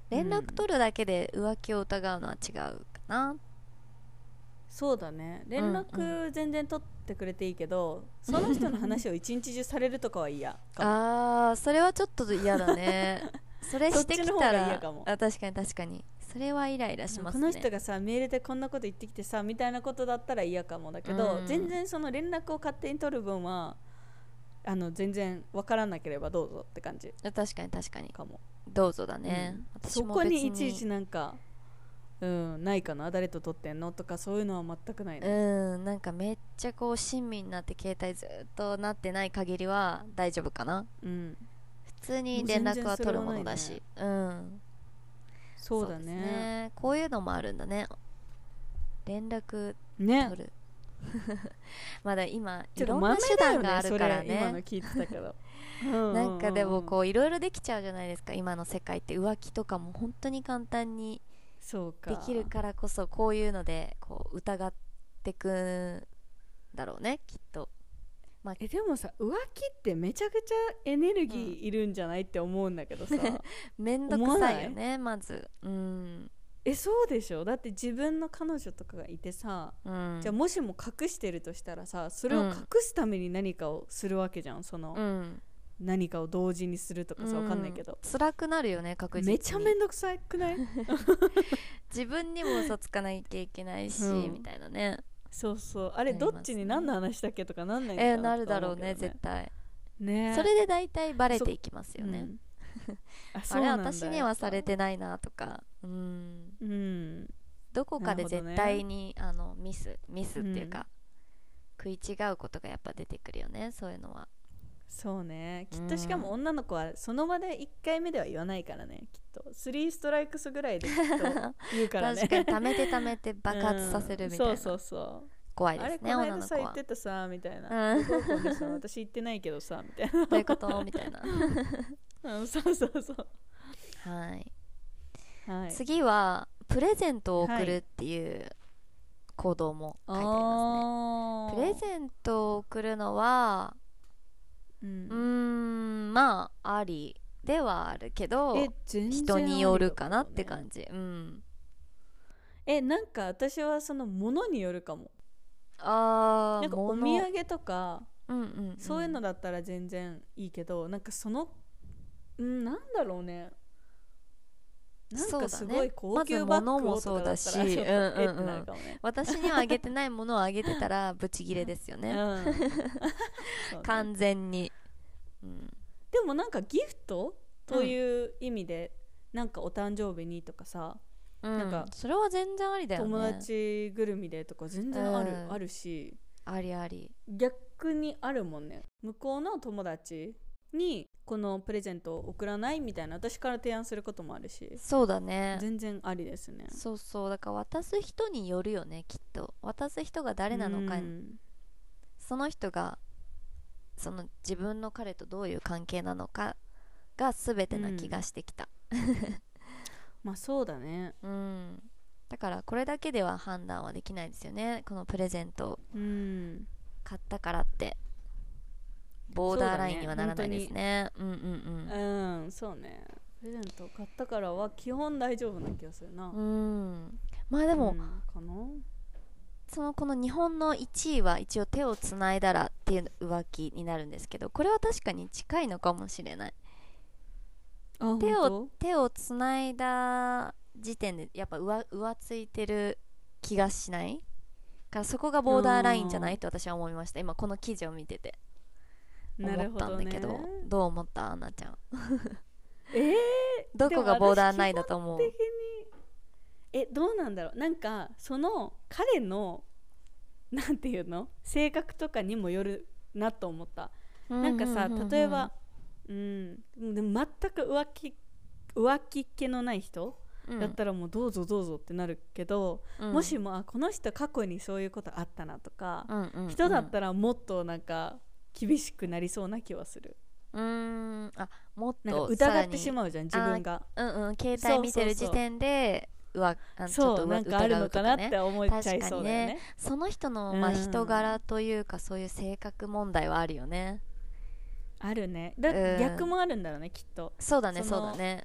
[SPEAKER 1] 連絡取るだけで浮気を疑うのは違うかな、
[SPEAKER 2] そうだね連
[SPEAKER 1] うん
[SPEAKER 2] 絡全然取ってくれていいけど、その人の話を一日中されるとかは嫌かも
[SPEAKER 1] [laughs] あーそれはちょっと嫌だね
[SPEAKER 2] [laughs]
[SPEAKER 1] それしてき
[SPEAKER 2] そっちの
[SPEAKER 1] た
[SPEAKER 2] 方が
[SPEAKER 1] ら
[SPEAKER 2] 嫌かも
[SPEAKER 1] あ確かに確かにそれはイライラしますね
[SPEAKER 2] この人がさメールでこんなこと言ってきてさみたいなことだったら嫌かもだけど、
[SPEAKER 1] うん
[SPEAKER 2] 全然その連絡を勝手に取る分はあの全然分からなければどうぞって感じ
[SPEAKER 1] あ確かに確かに
[SPEAKER 2] かも、
[SPEAKER 1] どうぞだね、
[SPEAKER 2] うん
[SPEAKER 1] 私
[SPEAKER 2] そ
[SPEAKER 1] も
[SPEAKER 2] こ
[SPEAKER 1] 別
[SPEAKER 2] にいちいちなんか、うん、ないかな誰と取ってんのとかそういうのは全くないね、
[SPEAKER 1] うんなんかめっちゃこう親身になって携帯ずっとなってない限りは大丈夫かな
[SPEAKER 2] うん、
[SPEAKER 1] 普通に連絡は取るものだしうん
[SPEAKER 2] そうだ
[SPEAKER 1] です
[SPEAKER 2] ね
[SPEAKER 1] こういうのもあるんだね連絡
[SPEAKER 2] ね
[SPEAKER 1] 取る [laughs] まだ今い
[SPEAKER 2] ちょっと
[SPEAKER 1] ろんな手段があるから
[SPEAKER 2] それ今の
[SPEAKER 1] ね
[SPEAKER 2] 聞いてたけ
[SPEAKER 1] [laughs]
[SPEAKER 2] どううう
[SPEAKER 1] なんかでもこういろいろできちゃうじゃないですか今の世界って浮気とかも本当に簡単に
[SPEAKER 2] そうか
[SPEAKER 1] できるからこそこういうのでこう疑ってくんだろうねきっと
[SPEAKER 2] えでもさ浮気ってめちゃくちゃエネルギーいるんじゃない、って思うんだけどさ
[SPEAKER 1] 面倒くさいよねまずうん、
[SPEAKER 2] [laughs] えそうでしょだって自分の彼女とかがいてさ、
[SPEAKER 1] うん、
[SPEAKER 2] じゃあもしも隠してるとしたらさそれを隠すために何かをするわけじゃんその、
[SPEAKER 1] うん
[SPEAKER 2] 何かを同時にするとかさわかんないけど、
[SPEAKER 1] 辛くなるよね確実に
[SPEAKER 2] めちゃめんどくさくない [laughs]
[SPEAKER 1] 自分にも嘘つかなきゃいけないし、
[SPEAKER 2] うん
[SPEAKER 1] みたいなね
[SPEAKER 2] そうそうあれ
[SPEAKER 1] なります
[SPEAKER 2] ど
[SPEAKER 1] ね
[SPEAKER 2] っちに何の話だっけとかなんないの
[SPEAKER 1] えー
[SPEAKER 2] か
[SPEAKER 1] な
[SPEAKER 2] と
[SPEAKER 1] るだ
[SPEAKER 2] か思
[SPEAKER 1] ろうね
[SPEAKER 2] けど
[SPEAKER 1] 絶対
[SPEAKER 2] ね
[SPEAKER 1] それで大体バレていきますよ
[SPEAKER 2] う
[SPEAKER 1] ね
[SPEAKER 2] ん
[SPEAKER 1] [laughs]
[SPEAKER 2] あそ
[SPEAKER 1] あ
[SPEAKER 2] う
[SPEAKER 1] れ
[SPEAKER 2] なんだ
[SPEAKER 1] 私にはされてないなとかうん
[SPEAKER 2] うん
[SPEAKER 1] どこかで
[SPEAKER 2] なるほ
[SPEAKER 1] 絶
[SPEAKER 2] どね
[SPEAKER 1] 対に、あのミスミスっていうか、食い違うことがやっぱ出てくるよねそういうのは
[SPEAKER 2] そうねきっ
[SPEAKER 1] う
[SPEAKER 2] と
[SPEAKER 1] ん
[SPEAKER 2] しかも女の子はその場で1回目では言わないからねきっと3ストライクスぐらいできっと
[SPEAKER 1] [laughs]
[SPEAKER 2] 言うからね
[SPEAKER 1] 確かに溜めて溜めて爆発させるみたいな、
[SPEAKER 2] うんそうそう
[SPEAKER 1] 怖
[SPEAKER 2] そ
[SPEAKER 1] い
[SPEAKER 2] う
[SPEAKER 1] で
[SPEAKER 2] あれ
[SPEAKER 1] す
[SPEAKER 2] こ
[SPEAKER 1] ね
[SPEAKER 2] の
[SPEAKER 1] 女
[SPEAKER 2] 間
[SPEAKER 1] の
[SPEAKER 2] さ
[SPEAKER 1] 子
[SPEAKER 2] 言っ
[SPEAKER 1] は
[SPEAKER 2] てたさみたいな、
[SPEAKER 1] うん
[SPEAKER 2] どうこうでさ私言ってないけどさみたい
[SPEAKER 1] どういうことみた
[SPEAKER 2] [laughs]
[SPEAKER 1] いな
[SPEAKER 2] な、うん、そうそうそう
[SPEAKER 1] はい、
[SPEAKER 2] はい
[SPEAKER 1] 次はプレゼントを
[SPEAKER 2] は
[SPEAKER 1] 送
[SPEAKER 2] い
[SPEAKER 1] るっていう行動も書いてありますね、
[SPEAKER 2] あ
[SPEAKER 1] プレゼントを送るのは
[SPEAKER 2] ン
[SPEAKER 1] うーんまあありではあるけど
[SPEAKER 2] え全然
[SPEAKER 1] 人によるかなって
[SPEAKER 2] じ
[SPEAKER 1] 感じうん
[SPEAKER 2] えなんか私はそのものによるかも
[SPEAKER 1] あー
[SPEAKER 2] なんかお
[SPEAKER 1] 物
[SPEAKER 2] 土産とか
[SPEAKER 1] うんうん、うん、
[SPEAKER 2] そういうのだったら全然いいけど、なんかそのうんなんだろうねなん
[SPEAKER 1] そうだ
[SPEAKER 2] か
[SPEAKER 1] ね
[SPEAKER 2] すごい高級バッグをとかだ
[SPEAKER 1] まず物もそう
[SPEAKER 2] ったら
[SPEAKER 1] だし
[SPEAKER 2] ちょっとえってなるかもね、
[SPEAKER 1] 私にはあげてないものをあげてたらブチギレですよ
[SPEAKER 2] う
[SPEAKER 1] ね、
[SPEAKER 2] んそうね
[SPEAKER 1] 完全に、うん、
[SPEAKER 2] でもなんかギフトという意味で、なんかお誕生日にとかさ、
[SPEAKER 1] なん
[SPEAKER 2] ん
[SPEAKER 1] か
[SPEAKER 2] か
[SPEAKER 1] それは全然ありだよね
[SPEAKER 2] 友達ぐるみでとか全然ある、
[SPEAKER 1] うん
[SPEAKER 2] あるし
[SPEAKER 1] ありあり
[SPEAKER 2] 逆にあるもんね向こうの友達にこのプレゼントを送らないみたいな私から提案することもあるし
[SPEAKER 1] そうだね
[SPEAKER 2] 全然ありですね
[SPEAKER 1] そうそうだから渡す人によるよねきっと渡す人が誰なのか、
[SPEAKER 2] うん
[SPEAKER 1] その人がその自分の彼とどういう関係なのかが全てな気がしてきた、
[SPEAKER 2] まあそうだね
[SPEAKER 1] うんだからこれだけでは判断はできないですよねこのプレゼントを
[SPEAKER 2] うん
[SPEAKER 1] 買ったからってボーダーラインにはならないですねうんうん
[SPEAKER 2] うんそうねプレゼントを買ったからは基本大丈夫な気がするな、
[SPEAKER 1] うんうんまあでも、
[SPEAKER 2] うんかな
[SPEAKER 1] そのこの日本の1位は一応手をつないだらっていう浮気になるんですけどこれは確かに近いのかもしれない
[SPEAKER 2] あ
[SPEAKER 1] 手
[SPEAKER 2] 本当
[SPEAKER 1] を手をつないだ時点でやっぱ上浮ついてる気がしないからそこがボーダーラインじゃないと私は思いました今この記事を見てて思
[SPEAKER 2] なる
[SPEAKER 1] っ
[SPEAKER 2] ほ
[SPEAKER 1] たんだ
[SPEAKER 2] ね
[SPEAKER 1] けどど,、う思ったアンナちゃん
[SPEAKER 2] えー、
[SPEAKER 1] どこがボーダーラインだと思う
[SPEAKER 2] 的にえどうなんだろうなんかその彼のなんていうの性格とかにもよるなと思った、なんかさ
[SPEAKER 1] うううう
[SPEAKER 2] 例えばうんでも全く浮気浮気っ気のない人
[SPEAKER 1] うん
[SPEAKER 2] だったらもうどうぞどうぞってなるけど、
[SPEAKER 1] うん
[SPEAKER 2] もしもあこの人過去にそういうことあったなとか、
[SPEAKER 1] うんうんうん
[SPEAKER 2] 人だったらもっとなんか厳しくなりそうな気はする
[SPEAKER 1] うーんあもっ
[SPEAKER 2] なんか
[SPEAKER 1] と
[SPEAKER 2] 疑って
[SPEAKER 1] さらに
[SPEAKER 2] しまうじゃん自分が
[SPEAKER 1] うんうん携
[SPEAKER 2] そうそうそ
[SPEAKER 1] 帯
[SPEAKER 2] う
[SPEAKER 1] 見てる時点でうわあちょっ
[SPEAKER 2] そ
[SPEAKER 1] と
[SPEAKER 2] う
[SPEAKER 1] う
[SPEAKER 2] なんかある
[SPEAKER 1] 疑
[SPEAKER 2] の
[SPEAKER 1] うとか
[SPEAKER 2] かなっ
[SPEAKER 1] ね
[SPEAKER 2] て思っちゃいそうだよね
[SPEAKER 1] その人の、まあ、
[SPEAKER 2] うん
[SPEAKER 1] 人柄というかそういう性格問題はあるよね
[SPEAKER 2] あるねだ、
[SPEAKER 1] うん
[SPEAKER 2] 逆もあるんだろうねきっと、
[SPEAKER 1] そうだね
[SPEAKER 2] そ
[SPEAKER 1] そ
[SPEAKER 2] の
[SPEAKER 1] うだね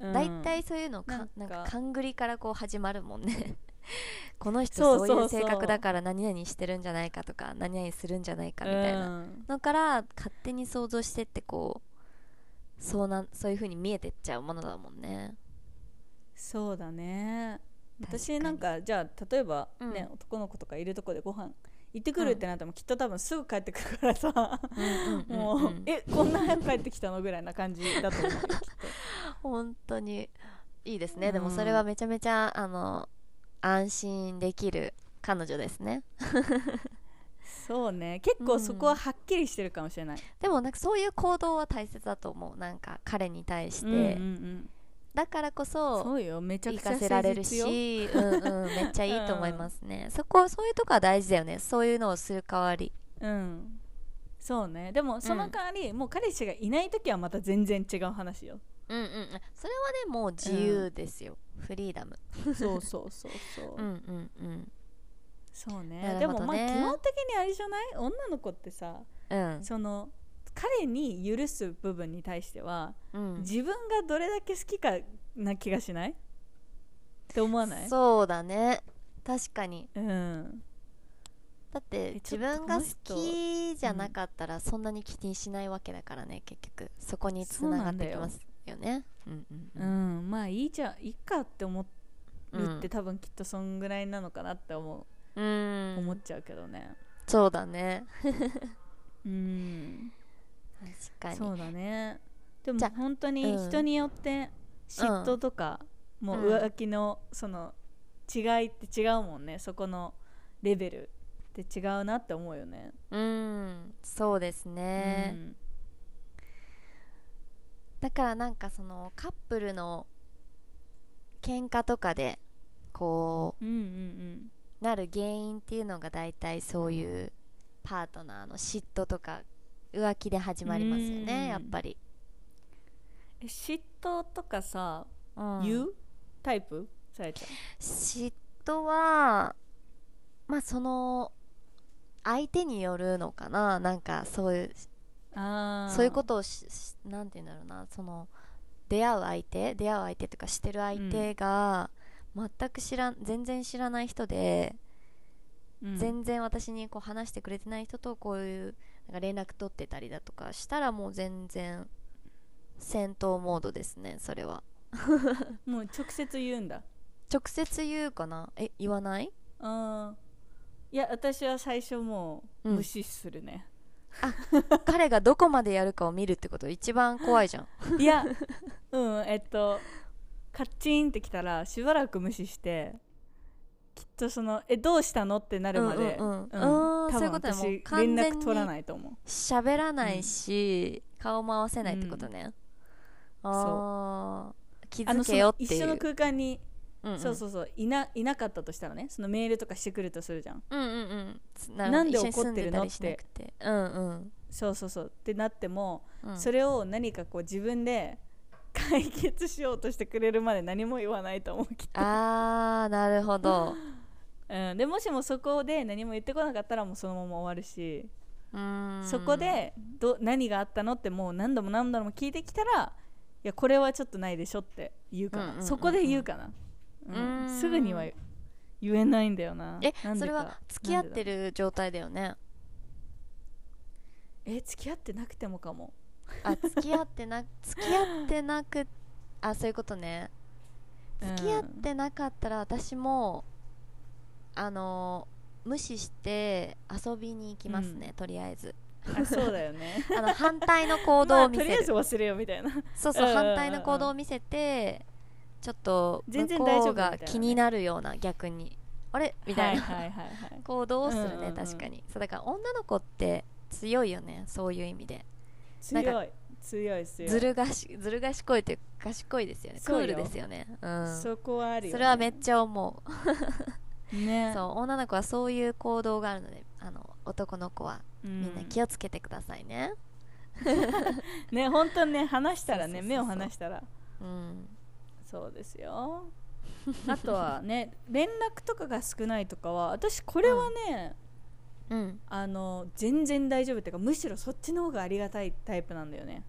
[SPEAKER 2] うん
[SPEAKER 1] 大体、そういうのか
[SPEAKER 2] な
[SPEAKER 1] なんん
[SPEAKER 2] か
[SPEAKER 1] か勘ぐりからこう始まるもんね [laughs] この人
[SPEAKER 2] そう
[SPEAKER 1] そ
[SPEAKER 2] そう
[SPEAKER 1] う
[SPEAKER 2] そう
[SPEAKER 1] いう性格だから何々してるんじゃないかとか何々するんじゃないかみたいな
[SPEAKER 2] うん
[SPEAKER 1] のから勝手に想像してってこうそうなんそういう風に見えてっちゃうものだもんね
[SPEAKER 2] そうだね
[SPEAKER 1] 確かに
[SPEAKER 2] 私なんかじゃあ例えば
[SPEAKER 1] うん
[SPEAKER 2] ね、男の子とかいるとこでご飯行ってくるってなっても、きっと多分すぐ帰ってくるからさ、
[SPEAKER 1] うん
[SPEAKER 2] もう、
[SPEAKER 1] うんうん
[SPEAKER 2] えこんな早く帰ってきたのぐらいな感じだと思うよきっと
[SPEAKER 1] 本当にいいですね、
[SPEAKER 2] うん
[SPEAKER 1] でもそれはめちゃめちゃあの安心できる彼女ですね
[SPEAKER 2] そうね結構そこははっきりしてるかもしれない、
[SPEAKER 1] でもなんかそういう行動は大切だと思うなんか彼に対して、
[SPEAKER 2] うんうんうん
[SPEAKER 1] だからこそ
[SPEAKER 2] そうよめちゃ
[SPEAKER 1] 活
[SPEAKER 2] くちゃ
[SPEAKER 1] かせられる
[SPEAKER 2] 誠実よ
[SPEAKER 1] し、うんうん、めっちゃいいと思いますね、そこそういうとこは大事だよねそういうのをする代わり
[SPEAKER 2] うんそうねでもその代わり、もう彼氏がいない時はまた全然違う話よ
[SPEAKER 1] うんうんうんそれはねもう自由ですよ、フリーダム
[SPEAKER 2] そうそうそうそう、
[SPEAKER 1] うんうんうん
[SPEAKER 2] そうね
[SPEAKER 1] な
[SPEAKER 2] で
[SPEAKER 1] るほ
[SPEAKER 2] も
[SPEAKER 1] ど
[SPEAKER 2] まあ
[SPEAKER 1] ね
[SPEAKER 2] 基本的にあれじゃない女の子ってさ
[SPEAKER 1] うん
[SPEAKER 2] その彼に許す部分に対しては、
[SPEAKER 1] うん
[SPEAKER 2] 自分がどれだけ好きかな気がしないって思わない
[SPEAKER 1] そうだね確かに
[SPEAKER 2] うん、
[SPEAKER 1] だって
[SPEAKER 2] えち
[SPEAKER 1] 自
[SPEAKER 2] ょっと
[SPEAKER 1] 分が好
[SPEAKER 2] この人
[SPEAKER 1] きじゃなかったらそんなに気にしないわけだからね、結局そこにつながってきますよねうんう
[SPEAKER 2] うんん、まあいいじゃんいいかって思
[SPEAKER 1] う
[SPEAKER 2] る
[SPEAKER 1] ん
[SPEAKER 2] って、多分きっとそんぐらいなのかなって思
[SPEAKER 1] う
[SPEAKER 2] う、
[SPEAKER 1] ん、
[SPEAKER 2] 思っちゃうけどね
[SPEAKER 1] そうだね
[SPEAKER 2] うん
[SPEAKER 1] 確かに
[SPEAKER 2] そうだねでも
[SPEAKER 1] じゃあ
[SPEAKER 2] 本当に
[SPEAKER 1] うん
[SPEAKER 2] 人によって嫉妬とか、もう浮気のその違いって違うもんねそこのレベルって違うなって思うよね、
[SPEAKER 1] うんそうですね、
[SPEAKER 2] うん
[SPEAKER 1] だからなんかそのカップルの喧嘩とかでこ
[SPEAKER 2] うんうん
[SPEAKER 1] うなる原因っていうのが大体そういうパートナーの嫉妬とか浮気で始まりますよ
[SPEAKER 2] うん
[SPEAKER 1] ねやっぱり、
[SPEAKER 2] え嫉妬とかさ、
[SPEAKER 1] うん
[SPEAKER 2] 言うタイプさやち
[SPEAKER 1] 嫉妬はまあその相手によるのかななんかそういう
[SPEAKER 2] ゃんあ
[SPEAKER 1] そういうことをししなんて言うんだろうなその出会う相手出会う相手とかしてる相手が全く知らん全然知らない人で
[SPEAKER 2] うん
[SPEAKER 1] 全然私にこう話してくれてない人とこういうなんか連絡取ってたりだとかしたらもう全然戦闘モードですねそれは
[SPEAKER 2] もう直接言うんだ
[SPEAKER 1] 直接言うかなえ言わない [laughs]
[SPEAKER 2] あーいや私は最初もう
[SPEAKER 1] うん
[SPEAKER 2] 無視するね、
[SPEAKER 1] 彼がどこまでやるかを見るってこと一番怖い
[SPEAKER 2] [laughs]
[SPEAKER 1] じゃん [laughs]
[SPEAKER 2] いやうんえっとカッチンってきたらしばらく無視してきっとその「えどうしたの?」ってなるまで
[SPEAKER 1] うんうんうんあ
[SPEAKER 2] 多
[SPEAKER 1] ーそういう
[SPEAKER 2] 分
[SPEAKER 1] ことだもう
[SPEAKER 2] 私連
[SPEAKER 1] 完全に
[SPEAKER 2] 絡取らないと思う
[SPEAKER 1] 喋らないし、顔も合わせないってことね、ああ気
[SPEAKER 2] あの
[SPEAKER 1] づ
[SPEAKER 2] そ
[SPEAKER 1] けよ
[SPEAKER 2] の
[SPEAKER 1] っていう
[SPEAKER 2] 一緒の空間に、
[SPEAKER 1] うんうん
[SPEAKER 2] そうそうそういないなかったとしたらねそのメールとかしてくるとするじゃん
[SPEAKER 1] うんうんうんつな
[SPEAKER 2] なんで
[SPEAKER 1] 一緒に住んたりしな
[SPEAKER 2] 怒
[SPEAKER 1] くてうんうん
[SPEAKER 2] そうそうそうってなっても、
[SPEAKER 1] うん
[SPEAKER 2] それを何かこう自分で [laughs] 解決しようとしてくれるまで何も言わないと思うきっと、
[SPEAKER 1] あーなるほ
[SPEAKER 2] [laughs]
[SPEAKER 1] ど
[SPEAKER 2] うん、でもしもそこで何も言ってこなかったらもうそのまま終わるし
[SPEAKER 1] うーん
[SPEAKER 2] そこでど何があったのってもう何度も何度も聞いてきたらいやこれはちょっとないでしょって言うかな、
[SPEAKER 1] うんうんうんうん
[SPEAKER 2] そこで言うかな、
[SPEAKER 1] うーん
[SPEAKER 2] すぐには言えないんだよな
[SPEAKER 1] え
[SPEAKER 2] なんでか
[SPEAKER 1] それは付き合って
[SPEAKER 2] なんでだ
[SPEAKER 1] る状態だよね
[SPEAKER 2] え付き合ってなくてもかも
[SPEAKER 1] あ付き合ってな [laughs] 付き合ってなくあそういうことね付き合っ、てなかったら私もあの無視して遊びに行きますね、とりあえず
[SPEAKER 2] うんあそうだよね
[SPEAKER 1] [laughs] あの反対の行動を見せ
[SPEAKER 2] [laughs] まあ、とりあえ
[SPEAKER 1] る、
[SPEAKER 2] ず忘れようみたいな
[SPEAKER 1] そうそう、
[SPEAKER 2] うんうんうん
[SPEAKER 1] 反対の行動を見せてちょっと
[SPEAKER 2] 全
[SPEAKER 1] 向
[SPEAKER 2] 然大丈
[SPEAKER 1] こう
[SPEAKER 2] 夫みたいなね
[SPEAKER 1] が気になるような逆にあれみたいな、
[SPEAKER 2] はいはいはいはい
[SPEAKER 1] 行動をするね、
[SPEAKER 2] うんうんうん
[SPEAKER 1] 確かにそうだから女の子って強いよねそういう意味でなんか
[SPEAKER 2] 強い強い強い
[SPEAKER 1] ずるがしずる賢いというか賢いですよねク
[SPEAKER 2] そう
[SPEAKER 1] ー
[SPEAKER 2] よ
[SPEAKER 1] ルですよねうん
[SPEAKER 2] そこはあるよ、ね、
[SPEAKER 1] それはめっちゃ思う
[SPEAKER 2] ね
[SPEAKER 1] そう女の子はそういう行動があるのであの男の子は
[SPEAKER 2] うん
[SPEAKER 1] みんな気をつけてくださいね、
[SPEAKER 2] ね本当にね話したらね
[SPEAKER 1] そうそうそうそう
[SPEAKER 2] 目を離したら
[SPEAKER 1] うん、
[SPEAKER 2] そうですよあとはね [laughs] 連絡とかが少ないとかは私これはね、
[SPEAKER 1] うん、
[SPEAKER 2] あの全然大丈夫っていうかむしろそっちの方がありがたいタイプなんだよね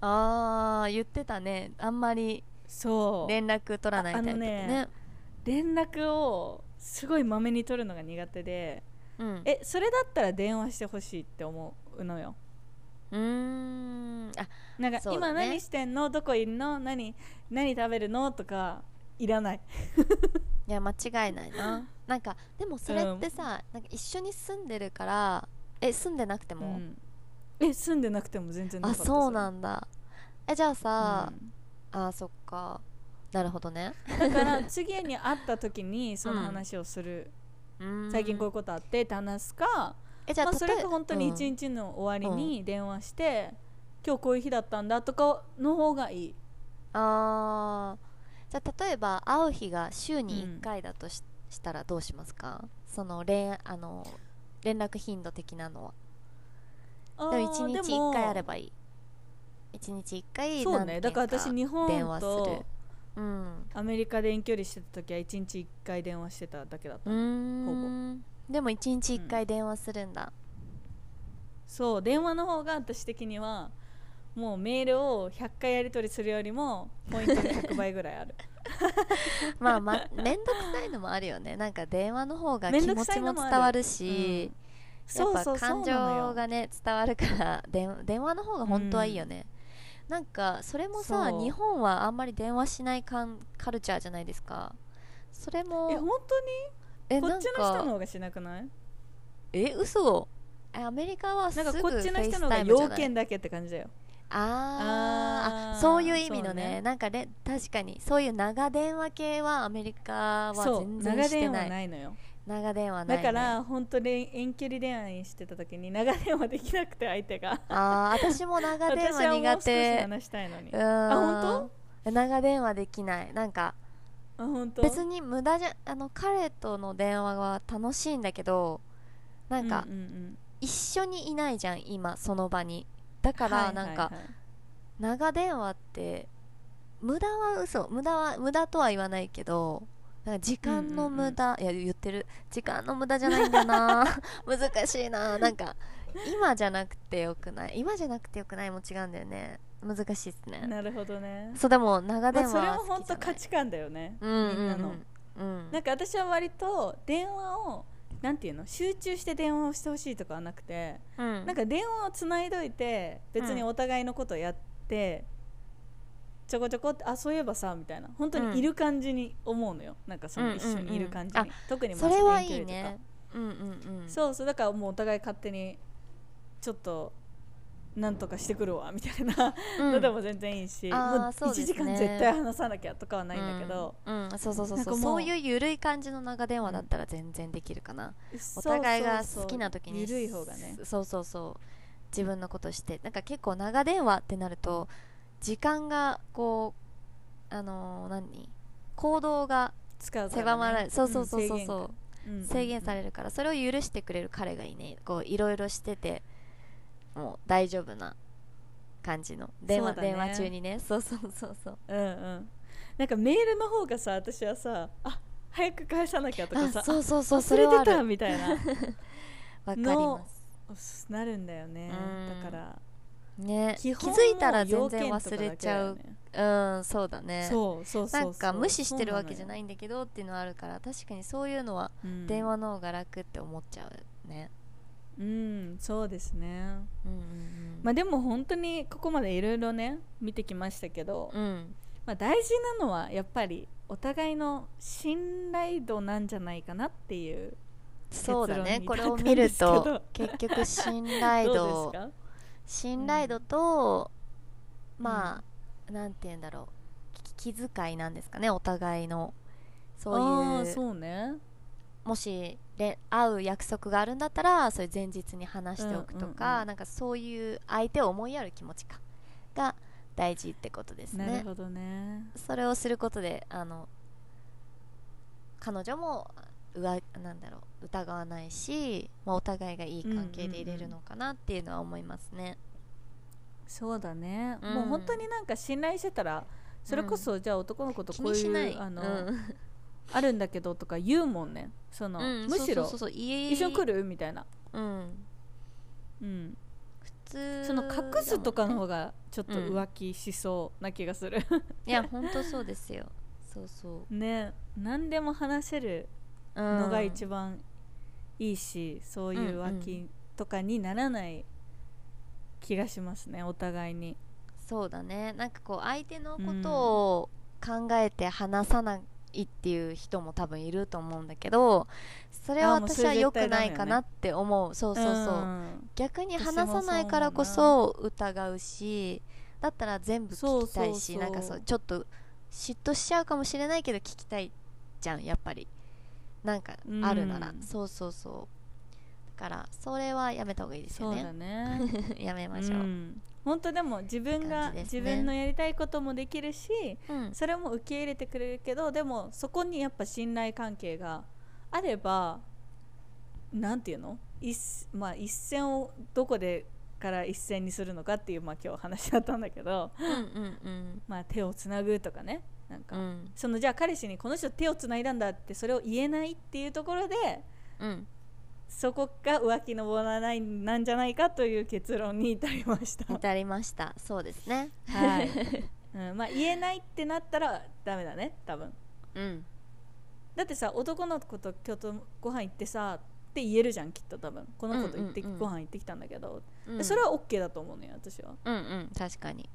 [SPEAKER 1] あー言ってたねあんまり
[SPEAKER 2] そう
[SPEAKER 1] 連絡取らないタイプでね
[SPEAKER 2] ああの連絡をすごいまめに取るのが苦手で
[SPEAKER 1] うん、
[SPEAKER 2] えそれだったら電話してほしいって思うのよ
[SPEAKER 1] うーんあ
[SPEAKER 2] なんか、
[SPEAKER 1] そうだ
[SPEAKER 2] 今
[SPEAKER 1] ね
[SPEAKER 2] 何してんのどこいるの何何食べるのとかいらない
[SPEAKER 1] いや間違いないななんかでもそれってさ、なんか一緒に住んでるからえ住んでなくて
[SPEAKER 2] う
[SPEAKER 1] も、
[SPEAKER 2] んえ住んでなくても全然なか
[SPEAKER 1] あ
[SPEAKER 2] った
[SPEAKER 1] そうなんんだえじゃあさ、あーそっかなるほどね
[SPEAKER 2] だから次に会った時にそ
[SPEAKER 1] う
[SPEAKER 2] の
[SPEAKER 1] ん
[SPEAKER 2] 話をする、
[SPEAKER 1] うん
[SPEAKER 2] 最近こういうことあってって話すか、
[SPEAKER 1] えじゃあ、
[SPEAKER 2] まあ、それ
[SPEAKER 1] 例え
[SPEAKER 2] か本当に一日の終わりに電話して、今日こういう日だったんだとかの方がいい、
[SPEAKER 1] あーじゃあ例えば会う日が週に
[SPEAKER 2] うん
[SPEAKER 1] 1回だとし,、したらどうしますかその連あの連絡頻度的なの
[SPEAKER 2] あ
[SPEAKER 1] は
[SPEAKER 2] ー
[SPEAKER 1] でも1日
[SPEAKER 2] でも
[SPEAKER 1] 1回あればいい1日1回
[SPEAKER 2] そう
[SPEAKER 1] 何
[SPEAKER 2] ね
[SPEAKER 1] 件
[SPEAKER 2] だから私日本
[SPEAKER 1] 電話す
[SPEAKER 2] と
[SPEAKER 1] るうん
[SPEAKER 2] アメリカで遠距離してた時は1日1回電話してただけだっ
[SPEAKER 1] う
[SPEAKER 2] たの、
[SPEAKER 1] ーんでも1日1回電話するんだ、
[SPEAKER 2] そう電話の方が私的にはもうメールを100回やり取りするよりもポイントが100倍ぐらい
[SPEAKER 1] [laughs]
[SPEAKER 2] ある
[SPEAKER 1] まあ [laughs] まあ面倒くさいのもあるよねなんか電話の方が
[SPEAKER 2] め
[SPEAKER 1] 気
[SPEAKER 2] んどく
[SPEAKER 1] 持
[SPEAKER 2] さ
[SPEAKER 1] ち
[SPEAKER 2] いの
[SPEAKER 1] も
[SPEAKER 2] も
[SPEAKER 1] 伝
[SPEAKER 2] ある
[SPEAKER 1] わるし、やっ
[SPEAKER 2] そうそ
[SPEAKER 1] ぱ
[SPEAKER 2] うそう
[SPEAKER 1] 感
[SPEAKER 2] なの
[SPEAKER 1] 情
[SPEAKER 2] よ
[SPEAKER 1] がね伝わるから電電話の方が本当はいいよね、なんかそれもさ
[SPEAKER 2] そう
[SPEAKER 1] 日本はあんまり電話しないかんカルチャーじゃないですかそれ
[SPEAKER 2] え
[SPEAKER 1] も
[SPEAKER 2] 本当に
[SPEAKER 1] え
[SPEAKER 2] こ
[SPEAKER 1] な
[SPEAKER 2] っ
[SPEAKER 1] ん
[SPEAKER 2] ちの人の
[SPEAKER 1] か
[SPEAKER 2] 方がしなくない
[SPEAKER 1] え嘘えアメリカはす
[SPEAKER 2] な
[SPEAKER 1] ぐ
[SPEAKER 2] んかこっちの人の方
[SPEAKER 1] FaceTime
[SPEAKER 2] が
[SPEAKER 1] じゃ
[SPEAKER 2] 要
[SPEAKER 1] ない
[SPEAKER 2] 件だけって感じだよ
[SPEAKER 1] あー
[SPEAKER 2] あ
[SPEAKER 1] あ
[SPEAKER 2] ー
[SPEAKER 1] そういう意味のね
[SPEAKER 2] そうね
[SPEAKER 1] なんかれ確かにそういう長電話系はアメリカは
[SPEAKER 2] そう
[SPEAKER 1] 全然
[SPEAKER 2] 長
[SPEAKER 1] して
[SPEAKER 2] 電
[SPEAKER 1] な
[SPEAKER 2] 話
[SPEAKER 1] い
[SPEAKER 2] ないのよ
[SPEAKER 1] 長電話ない、ね、
[SPEAKER 2] だから本当に遠距離恋愛してた時に長電話できなくて相手が
[SPEAKER 1] あー私も長電
[SPEAKER 2] 私
[SPEAKER 1] 話
[SPEAKER 2] はもう
[SPEAKER 1] 苦
[SPEAKER 2] 少し
[SPEAKER 1] 手
[SPEAKER 2] 話したいのに
[SPEAKER 1] う
[SPEAKER 2] あ本
[SPEAKER 1] 当長電話できないなんか
[SPEAKER 2] 本当
[SPEAKER 1] 別に無駄じゃあの彼との電話は楽しいんだけどなんか
[SPEAKER 2] うううん
[SPEAKER 1] 一緒にいないじゃん今その場にだからなん
[SPEAKER 2] は
[SPEAKER 1] か
[SPEAKER 2] いはいはい
[SPEAKER 1] 長電話って無駄は嘘無駄は無駄とは言わないけどなんか時間の無駄、いや言ってる時間の無駄じゃないんだ
[SPEAKER 2] [laughs]
[SPEAKER 1] な難しいななんか今じゃなくてよくない今じゃなくてよくないも違うんだよね難しいっすね [laughs]
[SPEAKER 2] なるほどね
[SPEAKER 1] そうでも長電
[SPEAKER 2] ま
[SPEAKER 1] 話
[SPEAKER 2] あそれ
[SPEAKER 1] は
[SPEAKER 2] も
[SPEAKER 1] 好
[SPEAKER 2] 本
[SPEAKER 1] きじゃ
[SPEAKER 2] 当
[SPEAKER 1] ない
[SPEAKER 2] 価値観だよね
[SPEAKER 1] うんうん
[SPEAKER 2] みんな
[SPEAKER 1] う
[SPEAKER 2] の
[SPEAKER 1] んうん
[SPEAKER 2] なんか私は割と電話をなんていうの集中して電話をしてほしいとかはなくて、
[SPEAKER 1] うん
[SPEAKER 2] なんか電話をつないどいて別にお互いのことやって、ちょこちょこってあそういえばさみたいな本当にいる感じに思うのよ、なんかその一緒にいる感じに、
[SPEAKER 1] うんうんうん
[SPEAKER 2] 特にまあ
[SPEAKER 1] それはい
[SPEAKER 2] 勉
[SPEAKER 1] い
[SPEAKER 2] 強日とか
[SPEAKER 1] ねうんうんうん
[SPEAKER 2] そうそうだからもうお互い勝手にちょっとなんとかしてくるわみたいな
[SPEAKER 1] うん
[SPEAKER 2] [laughs] のでも全然いいし、
[SPEAKER 1] あー
[SPEAKER 2] もう
[SPEAKER 1] そうで
[SPEAKER 2] 1
[SPEAKER 1] すね
[SPEAKER 2] 時間絶対話さなきゃとかはないんだけど、
[SPEAKER 1] うん、うんそうそうそう
[SPEAKER 2] なん
[SPEAKER 1] そ
[SPEAKER 2] か
[SPEAKER 1] う
[SPEAKER 2] もう
[SPEAKER 1] そういう緩い感じの長電話だったら全然できるかな、お互いが好きな時に
[SPEAKER 2] 緩い方がね
[SPEAKER 1] そうそうそう自分のことしてなんか結構長電話ってなると時間がこうあのー何行動が
[SPEAKER 2] 使うからね
[SPEAKER 1] 狭まらない、そうそうそうそ
[SPEAKER 2] ん
[SPEAKER 1] うそう
[SPEAKER 2] 制限,うんうんうん、
[SPEAKER 1] 制限されるからそれを許してくれる彼がいいねこういろいろしててもう大丈夫な感じの電話,、
[SPEAKER 2] そうだね
[SPEAKER 1] 電話中にねそうそうそうそう
[SPEAKER 2] うんうんなんかメールの方がさ私はさあ早く返さなきゃとかさ
[SPEAKER 1] あそうそうそうそ
[SPEAKER 2] 忘
[SPEAKER 1] れ
[SPEAKER 2] れ
[SPEAKER 1] は
[SPEAKER 2] て
[SPEAKER 1] あ
[SPEAKER 2] た
[SPEAKER 1] る
[SPEAKER 2] みたいな
[SPEAKER 1] わかります
[SPEAKER 2] なるんだよね
[SPEAKER 1] うん
[SPEAKER 2] だから
[SPEAKER 1] ね気
[SPEAKER 2] 基
[SPEAKER 1] づ
[SPEAKER 2] 本
[SPEAKER 1] いたら全然
[SPEAKER 2] もう要件とか
[SPEAKER 1] 忘れ
[SPEAKER 2] だけ
[SPEAKER 1] ち
[SPEAKER 2] だ
[SPEAKER 1] ゃ
[SPEAKER 2] よ
[SPEAKER 1] う、
[SPEAKER 2] ね
[SPEAKER 1] うんそうだね
[SPEAKER 2] そうそうそうそう
[SPEAKER 1] なんか無視してるわけじゃないいんだけどっていうのはあるから確かにそういうのは電
[SPEAKER 2] 電
[SPEAKER 1] 話の方が楽って思っちゃうね
[SPEAKER 2] うんそうですね
[SPEAKER 1] うんうん
[SPEAKER 2] まあでも本当にここまでいろいろね見てきましたけど、
[SPEAKER 1] うんうん
[SPEAKER 2] まあ、大事なのはやっぱりお互いの信頼度なんじゃないかなっていう
[SPEAKER 1] そうだね
[SPEAKER 2] 結論に
[SPEAKER 1] これを見る
[SPEAKER 2] 至ったん
[SPEAKER 1] と
[SPEAKER 2] です
[SPEAKER 1] 結局信頼
[SPEAKER 2] [laughs] けど
[SPEAKER 1] 度
[SPEAKER 2] どうですか
[SPEAKER 1] 信頼度と、
[SPEAKER 2] うん
[SPEAKER 1] まあなんて言うんだろうき気遣いなんですかねお互いのそ
[SPEAKER 2] あ
[SPEAKER 1] う
[SPEAKER 2] あ
[SPEAKER 1] いう
[SPEAKER 2] そうね
[SPEAKER 1] もしれ会う約束があるんだったらそれ前日に話しておくとか、
[SPEAKER 2] うんうんうん
[SPEAKER 1] なんかそういう相手を思いやる気持ちかが大事ってことです
[SPEAKER 2] なる
[SPEAKER 1] ね
[SPEAKER 2] ほどね
[SPEAKER 1] それをすることであの彼女もうわなんだろう疑わないし、まあ、お互いがいい関係でいれるのかなっていうのは思いますね。
[SPEAKER 2] そうだね、
[SPEAKER 1] うん
[SPEAKER 2] もう本当になんか信頼してたらそれこそじゃあ男の子と
[SPEAKER 1] 気
[SPEAKER 2] こう
[SPEAKER 1] に
[SPEAKER 2] い
[SPEAKER 1] し
[SPEAKER 2] う、
[SPEAKER 1] ない
[SPEAKER 2] あの [laughs]
[SPEAKER 1] うん
[SPEAKER 2] あるんだけどとか言うもんねその、
[SPEAKER 1] うん
[SPEAKER 2] むしろ
[SPEAKER 1] そうそうそうそう家
[SPEAKER 2] 一緒に来るみたいな、
[SPEAKER 1] うん
[SPEAKER 2] うん、
[SPEAKER 1] 普通
[SPEAKER 2] その隠すとかの
[SPEAKER 1] が
[SPEAKER 2] 方がちょっと浮気しそうな気がする、 [laughs]
[SPEAKER 1] いや本当そうですよそうそう
[SPEAKER 2] ね何でも話せる
[SPEAKER 1] うん
[SPEAKER 2] のが一番いいし、そういう浮
[SPEAKER 1] うん
[SPEAKER 2] 気とかにならない気がしますねお互いに
[SPEAKER 1] そうだねなんかこう相手のことを考えて話さないっていう人も多分いると思うんだけどそれは
[SPEAKER 2] あもうそ
[SPEAKER 1] 私
[SPEAKER 2] れ
[SPEAKER 1] は良く
[SPEAKER 2] 絶対ダ
[SPEAKER 1] ない
[SPEAKER 2] メよね
[SPEAKER 1] かなって思うそうそうそう、
[SPEAKER 2] ん
[SPEAKER 1] 逆に
[SPEAKER 2] 私も
[SPEAKER 1] 話さないからこそ疑うしだったら全部聞きたいし
[SPEAKER 2] そうそうそう
[SPEAKER 1] なんかそうちょっと嫉妬しちゃうかもしれないけど聞きたいじゃんやっぱりなんかあるなら、
[SPEAKER 2] うん
[SPEAKER 1] そうそうそうだからそれはやめた方がいいです
[SPEAKER 2] そ
[SPEAKER 1] よ
[SPEAKER 2] うだ
[SPEAKER 1] ね
[SPEAKER 2] ね
[SPEAKER 1] [laughs] やめましょう、
[SPEAKER 2] ん、本当でも自分
[SPEAKER 1] って
[SPEAKER 2] が、
[SPEAKER 1] 感じですね
[SPEAKER 2] 自分のやりたいこともできるし
[SPEAKER 1] うん
[SPEAKER 2] それも受け入れてくれるけどでもそこにやっぱ信頼関係があればなんていうの一,、まあ、一線をどこでから一線にするのかっていう、まあ、今日話だったんだけど、
[SPEAKER 1] うんうんうん
[SPEAKER 2] まあ、手をつなぐとかねなんか、
[SPEAKER 1] うん
[SPEAKER 2] そのじゃあ彼氏にこの人手をつないだんだってそれを言えないっていうところで
[SPEAKER 1] うん
[SPEAKER 2] そこが浮気のボーダーラインなんじゃないかという結論に至りまし
[SPEAKER 1] [laughs]
[SPEAKER 2] た。
[SPEAKER 1] 至りましたそうですね
[SPEAKER 2] はい、うん、まあ言えないってなったらダメだね多分
[SPEAKER 1] [laughs] うん
[SPEAKER 2] だってさ男の子と今日とご飯行ってさって言えるじゃんきっと多分この子と行って、
[SPEAKER 1] うんうんうん
[SPEAKER 2] ご飯行ってきたんだけど、
[SPEAKER 1] う
[SPEAKER 2] で
[SPEAKER 1] ん
[SPEAKER 2] それは OK だと思うのよ私は
[SPEAKER 1] うんうん確かに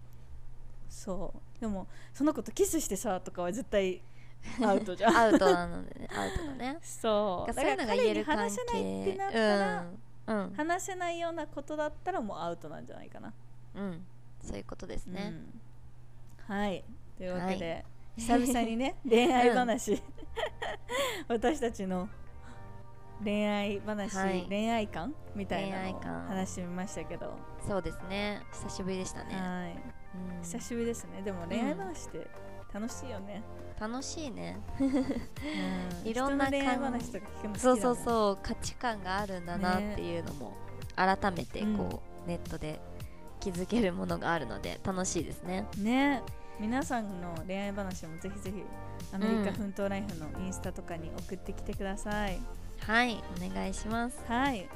[SPEAKER 2] そうでもその子とキスしてさとかは絶対アウトじゃ
[SPEAKER 1] [laughs]
[SPEAKER 2] ん
[SPEAKER 1] アウトなのでねアウトだね
[SPEAKER 2] [laughs] そう
[SPEAKER 1] そういうのが言える
[SPEAKER 2] だから
[SPEAKER 1] 関
[SPEAKER 2] 彼に話
[SPEAKER 1] 係
[SPEAKER 2] せないってなったら、
[SPEAKER 1] うん、うん
[SPEAKER 2] 話せないようなことだったらもうアウトなんじゃないかな、
[SPEAKER 1] うん、そういうことですね。
[SPEAKER 2] うんはいというわけで、
[SPEAKER 1] は
[SPEAKER 2] 久々
[SPEAKER 1] [laughs]
[SPEAKER 2] にね恋愛話、 [laughs] 私たちの恋愛話、
[SPEAKER 1] はい
[SPEAKER 2] 恋愛観みたいなのを
[SPEAKER 1] 恋愛観
[SPEAKER 2] 話してみましたけど、
[SPEAKER 1] そうですね。久しぶりでしたね。
[SPEAKER 2] はい
[SPEAKER 1] うん
[SPEAKER 2] 久しぶりですねでも恋愛話って楽しいよね、
[SPEAKER 1] 楽しいね。
[SPEAKER 2] うん
[SPEAKER 1] いろんな
[SPEAKER 2] 人の恋愛
[SPEAKER 1] 感
[SPEAKER 2] 話とか聞くの好きだもん
[SPEAKER 1] そうそうそう、価値観があるんだなっていうのも、改めてこう、ネットで気づけるものがあるので楽しいですね。
[SPEAKER 2] ね皆さんの恋愛話もぜひぜひアメリカ奮闘ライフのインスタとかに送ってきてください、
[SPEAKER 1] はい、お願いします。
[SPEAKER 2] はい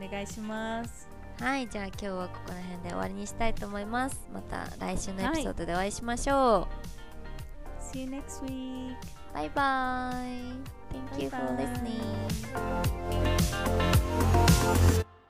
[SPEAKER 2] お願いします
[SPEAKER 1] はい、じゃあ今日はここら辺で終わりにしたいと思います。また来週のエピソードでお会いしましょう。
[SPEAKER 2] See you next week
[SPEAKER 1] バイバイ Thank you for
[SPEAKER 2] Bye bye
[SPEAKER 1] listening